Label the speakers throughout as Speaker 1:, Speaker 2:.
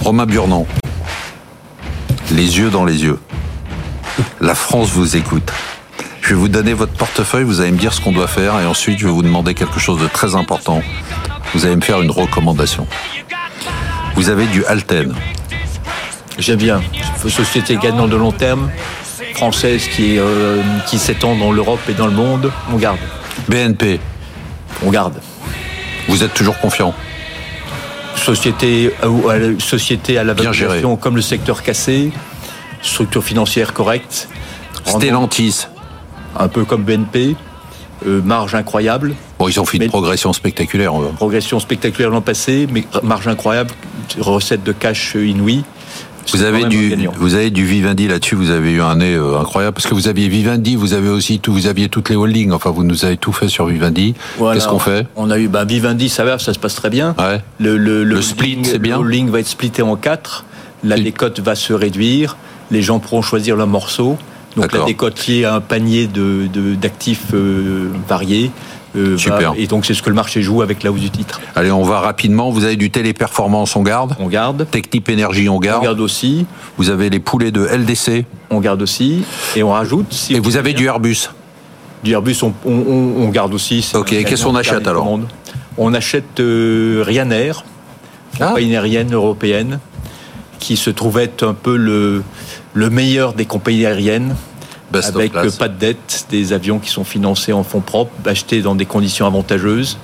Speaker 1: Romain Burnand. Les yeux dans les yeux. La France vous écoute. Je vais vous donner votre portefeuille, vous allez me dire ce qu'on doit faire et ensuite je vais vous demander quelque chose de très important. Vous allez me faire une recommandation. Vous avez du Alten.
Speaker 2: J'aime bien. Société gagnante de long terme, française qui, est, euh, qui s'étend dans l'Europe et dans le monde. On garde.
Speaker 1: BNP.
Speaker 2: On garde.
Speaker 1: Vous êtes toujours confiant
Speaker 2: Société, euh, société à la
Speaker 1: Bien gérée.
Speaker 2: valorisation comme le secteur cassé, structure financière correcte, rendement
Speaker 1: Stellantis.
Speaker 2: un peu comme BNP, euh, marge incroyable,
Speaker 1: Bon, ils ont fait une
Speaker 2: Mais-
Speaker 1: progression spectaculaire. euh.
Speaker 2: progression spectaculaire l'an passé, mais marge incroyable, recette de cash inouïe. C'est
Speaker 1: Vous
Speaker 2: quand
Speaker 1: avez,
Speaker 2: même un
Speaker 1: du,
Speaker 2: gagnant.
Speaker 1: vous avez du Vivendi là-dessus, vous avez eu un nez euh, incroyable, parce que vous aviez Vivendi, vous avez aussi tout, vous aviez toutes les holdings, enfin vous nous avez tout fait sur Vivendi.
Speaker 2: Voilà.
Speaker 1: Qu'est-ce qu'on fait
Speaker 2: On a eu ben, Vivendi, ça va, ça se passe très bien.
Speaker 1: Ouais.
Speaker 2: Le, le,
Speaker 1: Le split,
Speaker 2: holding-
Speaker 1: c'est bien.
Speaker 2: Le holding va être splitté en quatre. La
Speaker 1: Oui.
Speaker 2: décote va se réduire. Les gens pourront choisir leur morceau. Donc la
Speaker 1: D'accord.
Speaker 2: décote liée à un panier de- de- d'actifs euh, variés. euh, va-
Speaker 1: Super.
Speaker 2: et donc c'est ce que le marché joue avec la hausse du titre.
Speaker 1: Allez, on va rapidement, vous avez du téléperformance, on garde.
Speaker 2: On garde.
Speaker 1: Technip Énergie, on
Speaker 2: On
Speaker 1: garde.
Speaker 2: garde aussi.
Speaker 1: Vous avez les poulets de LDC.
Speaker 2: On garde aussi. Et on rajoute. Si
Speaker 1: Et
Speaker 2: on
Speaker 1: vous
Speaker 2: veut
Speaker 1: avez
Speaker 2: bien.
Speaker 1: du Airbus.
Speaker 2: Du Airbus, on, on- on- on garde aussi. c'est
Speaker 1: Ok,
Speaker 2: un gagnant,
Speaker 1: qu'est-ce qu'on
Speaker 2: on
Speaker 1: achète,
Speaker 2: garde les
Speaker 1: alors
Speaker 2: commandes. On achète euh, Ryanair,
Speaker 1: Ah.
Speaker 2: compagnie aérienne européenne, qui se trouvait être un peu le, le meilleur des compagnies aériennes,
Speaker 1: Best of
Speaker 2: avec
Speaker 1: class.
Speaker 2: euh, pas de dette, des avions qui sont financés en fonds propres, achetés dans des conditions avantageuses,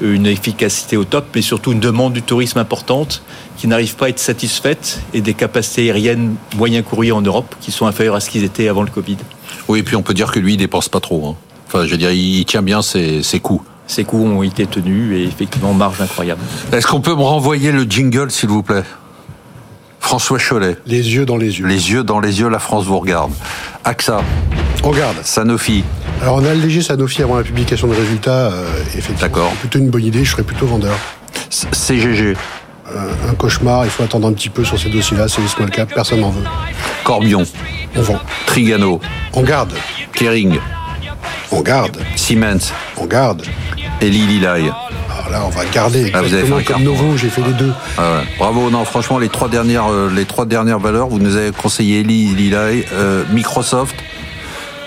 Speaker 2: une efficacité au top, mais surtout une demande du tourisme importante qui n'arrive pas à être satisfaite et des capacités aériennes moyen courrier en Europe qui sont inférieures à ce qu'ils étaient avant le Covid.
Speaker 1: Oui, et puis on peut dire que lui, il dépense pas trop. hein. Enfin, je veux dire, il il tient bien ses, ses coûts.
Speaker 2: Ces coûts ont été tenus et effectivement marge incroyable.
Speaker 1: Est-ce qu'on peut me renvoyer le jingle, s'il vous plaît François Cholet,
Speaker 3: Les yeux dans les yeux.
Speaker 1: les yeux dans les yeux, la France vous regarde. AXA,
Speaker 3: On garde.
Speaker 1: Sanofi,
Speaker 3: Alors on a allégé Sanofi avant la publication de résultats. euh, effectivement,
Speaker 1: D'accord.
Speaker 3: c'est plutôt une bonne idée. Je serais plutôt vendeur.
Speaker 1: C- CGG,
Speaker 3: Un, un cauchemar. Il faut attendre un petit peu sur ces dossiers-là. C'est les small cap. Personne n'en veut.
Speaker 1: Corbion,
Speaker 3: On vend.
Speaker 1: Trigano,
Speaker 3: On garde.
Speaker 1: Kering,
Speaker 3: On garde.
Speaker 1: Siemens
Speaker 3: On garde.
Speaker 1: et Lily Lai.
Speaker 3: Alors là, on va garder
Speaker 1: Ah, vous avez fait
Speaker 3: exactement
Speaker 1: un
Speaker 3: comme
Speaker 1: carton.
Speaker 3: Novo. J'ai fait les deux.
Speaker 1: Ah ouais. Bravo, non, franchement, les trois dernières, euh, les trois dernières valeurs, vous nous avez conseillé Eli, Eli Lilly, euh, Microsoft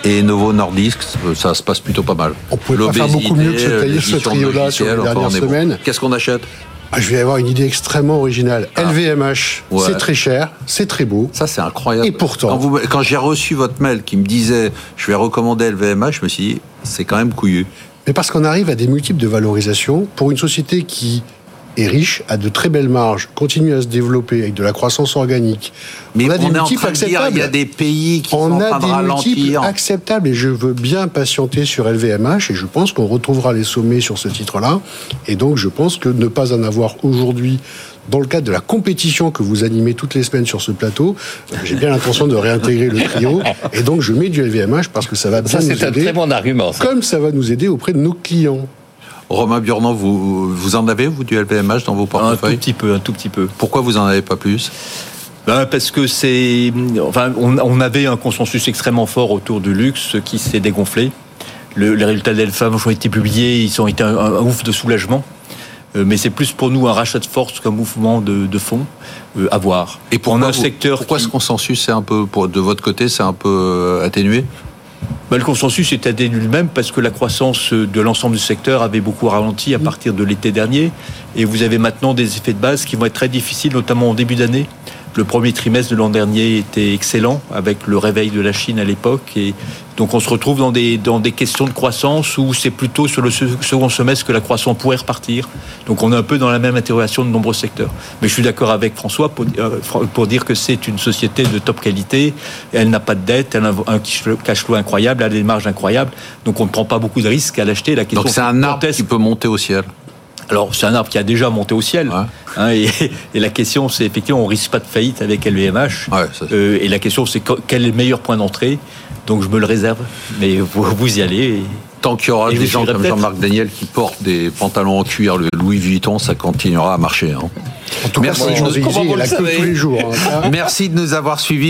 Speaker 1: et Novo Nordisk, euh, ça se passe plutôt pas mal.
Speaker 3: On pouvait pas faire beaucoup mieux que ce
Speaker 1: L'obésité,
Speaker 3: tri-
Speaker 1: euh,
Speaker 3: ce
Speaker 1: l'édition de
Speaker 3: trio-là sur les
Speaker 1: logiciels, enfin,
Speaker 3: dernières
Speaker 1: on est bon.
Speaker 3: semaines.
Speaker 1: Qu'est-ce qu'on achète
Speaker 3: Ah, je vais avoir une idée extrêmement originale. LVMH.
Speaker 1: Ah. Ouais.
Speaker 3: C'est très cher. C'est très beau.
Speaker 1: Ça, c'est incroyable.
Speaker 3: Et pourtant-
Speaker 1: Quand, vous- quand j'ai reçu votre mail qui me disait je vais recommander LVMH, je me suis dit c'est quand même couillu.
Speaker 3: Mais parce qu'on arrive à des multiples de valorisation pour une société qui est riche, a de très belles marges, continue à se développer avec de la croissance organique.
Speaker 1: Mais
Speaker 3: on
Speaker 1: on,
Speaker 3: a des
Speaker 1: est en
Speaker 3: multiples
Speaker 1: train de dire
Speaker 3: acceptables.
Speaker 1: il y a des pays qui sont
Speaker 3: on
Speaker 1: en
Speaker 3: a
Speaker 1: train de
Speaker 3: des multiples
Speaker 1: ralentir.
Speaker 3: acceptables et je veux bien patienter sur LVMH et je pense qu'on retrouvera les sommets sur ce titre-là. Et donc je pense que ne pas en avoir aujourd'hui dans le cadre de la compétition que vous animez toutes les semaines sur ce plateau, euh, j'ai bien l'intention de réintégrer le trio et donc je mets du LVMH parce que ça va bien
Speaker 4: Ça, c'est
Speaker 3: nous
Speaker 4: un
Speaker 3: aider,
Speaker 4: très bon argument. ça.
Speaker 3: comme ça va nous aider auprès de nos clients.
Speaker 1: Romain Burnand, vous, vous en avez, vous, du LVMH dans vos
Speaker 2: Un tout
Speaker 1: portefeuilles
Speaker 2: petit peu, un tout petit peu.
Speaker 1: Pourquoi vous en avez pas plus
Speaker 2: Ben, parce que c'est, enfin, on, on avait un consensus extrêmement fort autour du luxe ce qui s'est dégonflé. Le- les résultats d'Elfam ont été publiés, ils ont été un, un- un ouf de soulagement. Euh, mais c'est plus pour nous un rachat de force qu'un mouvement de, de fonds euh, à voir.
Speaker 1: Et
Speaker 2: pour
Speaker 1: pourquoi,
Speaker 2: on a un
Speaker 1: vous-
Speaker 2: secteur
Speaker 1: pourquoi
Speaker 2: qui-
Speaker 1: ce consensus, c'est un peu, pour, de votre côté, c'est un peu euh, atténué
Speaker 2: Bah, le consensus est atteint lui-même parce que la croissance euh, de l'ensemble du secteur avait beaucoup ralenti à partir de l'été dernier. Et vous avez maintenant des effets de base qui vont être très difficiles, notamment en début d'année. Le premier trimestre de l'an dernier était excellent avec le réveil de la Chine à l'époque. Et donc on se retrouve dans des, dans des questions de croissance où c'est plutôt sur le se- second semestre que la croissance pourrait repartir. Donc on est un peu dans la même interrogation de nombreux secteurs. Mais je suis d'accord avec François pour, euh, Fra- pour dire que c'est une société de top qualité. Elle n'a pas de dette, elle a un cash flow- cash flow incroyable, elle a des marges incroyables. Donc on ne prend pas beaucoup de risques à l'acheter. La question
Speaker 1: Donc c'est un
Speaker 2: quand
Speaker 1: arbre
Speaker 2: est-ce
Speaker 1: qui peut monter au ciel.
Speaker 2: alors, c'est un arbre qui a déjà monté au ciel.
Speaker 1: Ouais.
Speaker 2: hein, et, et la question, c'est effectivement, on risque pas de faillite avec LVMH.
Speaker 1: Ouais, ça-
Speaker 2: Euh, et la question, c'est que- quel est le meilleur point d'entrée Donc, je me le réserve. Mais vous, vous y allez.
Speaker 1: Tant qu'il y aura
Speaker 2: Et
Speaker 1: des
Speaker 2: vous
Speaker 1: gens
Speaker 2: suivrez
Speaker 1: comme
Speaker 2: peut-être.
Speaker 1: Jean-Marc Daniel qui portent des pantalons en cuir, le Louis Vuitton, ça continuera à marcher. hein.
Speaker 3: En tout
Speaker 1: Merci,
Speaker 3: cas,
Speaker 1: je-
Speaker 3: pour les Champs-Élysées,
Speaker 4: comment vous
Speaker 3: il y a
Speaker 4: le
Speaker 3: la queue
Speaker 4: savez
Speaker 3: tous les jours. hein.
Speaker 1: Merci de nous avoir suivis.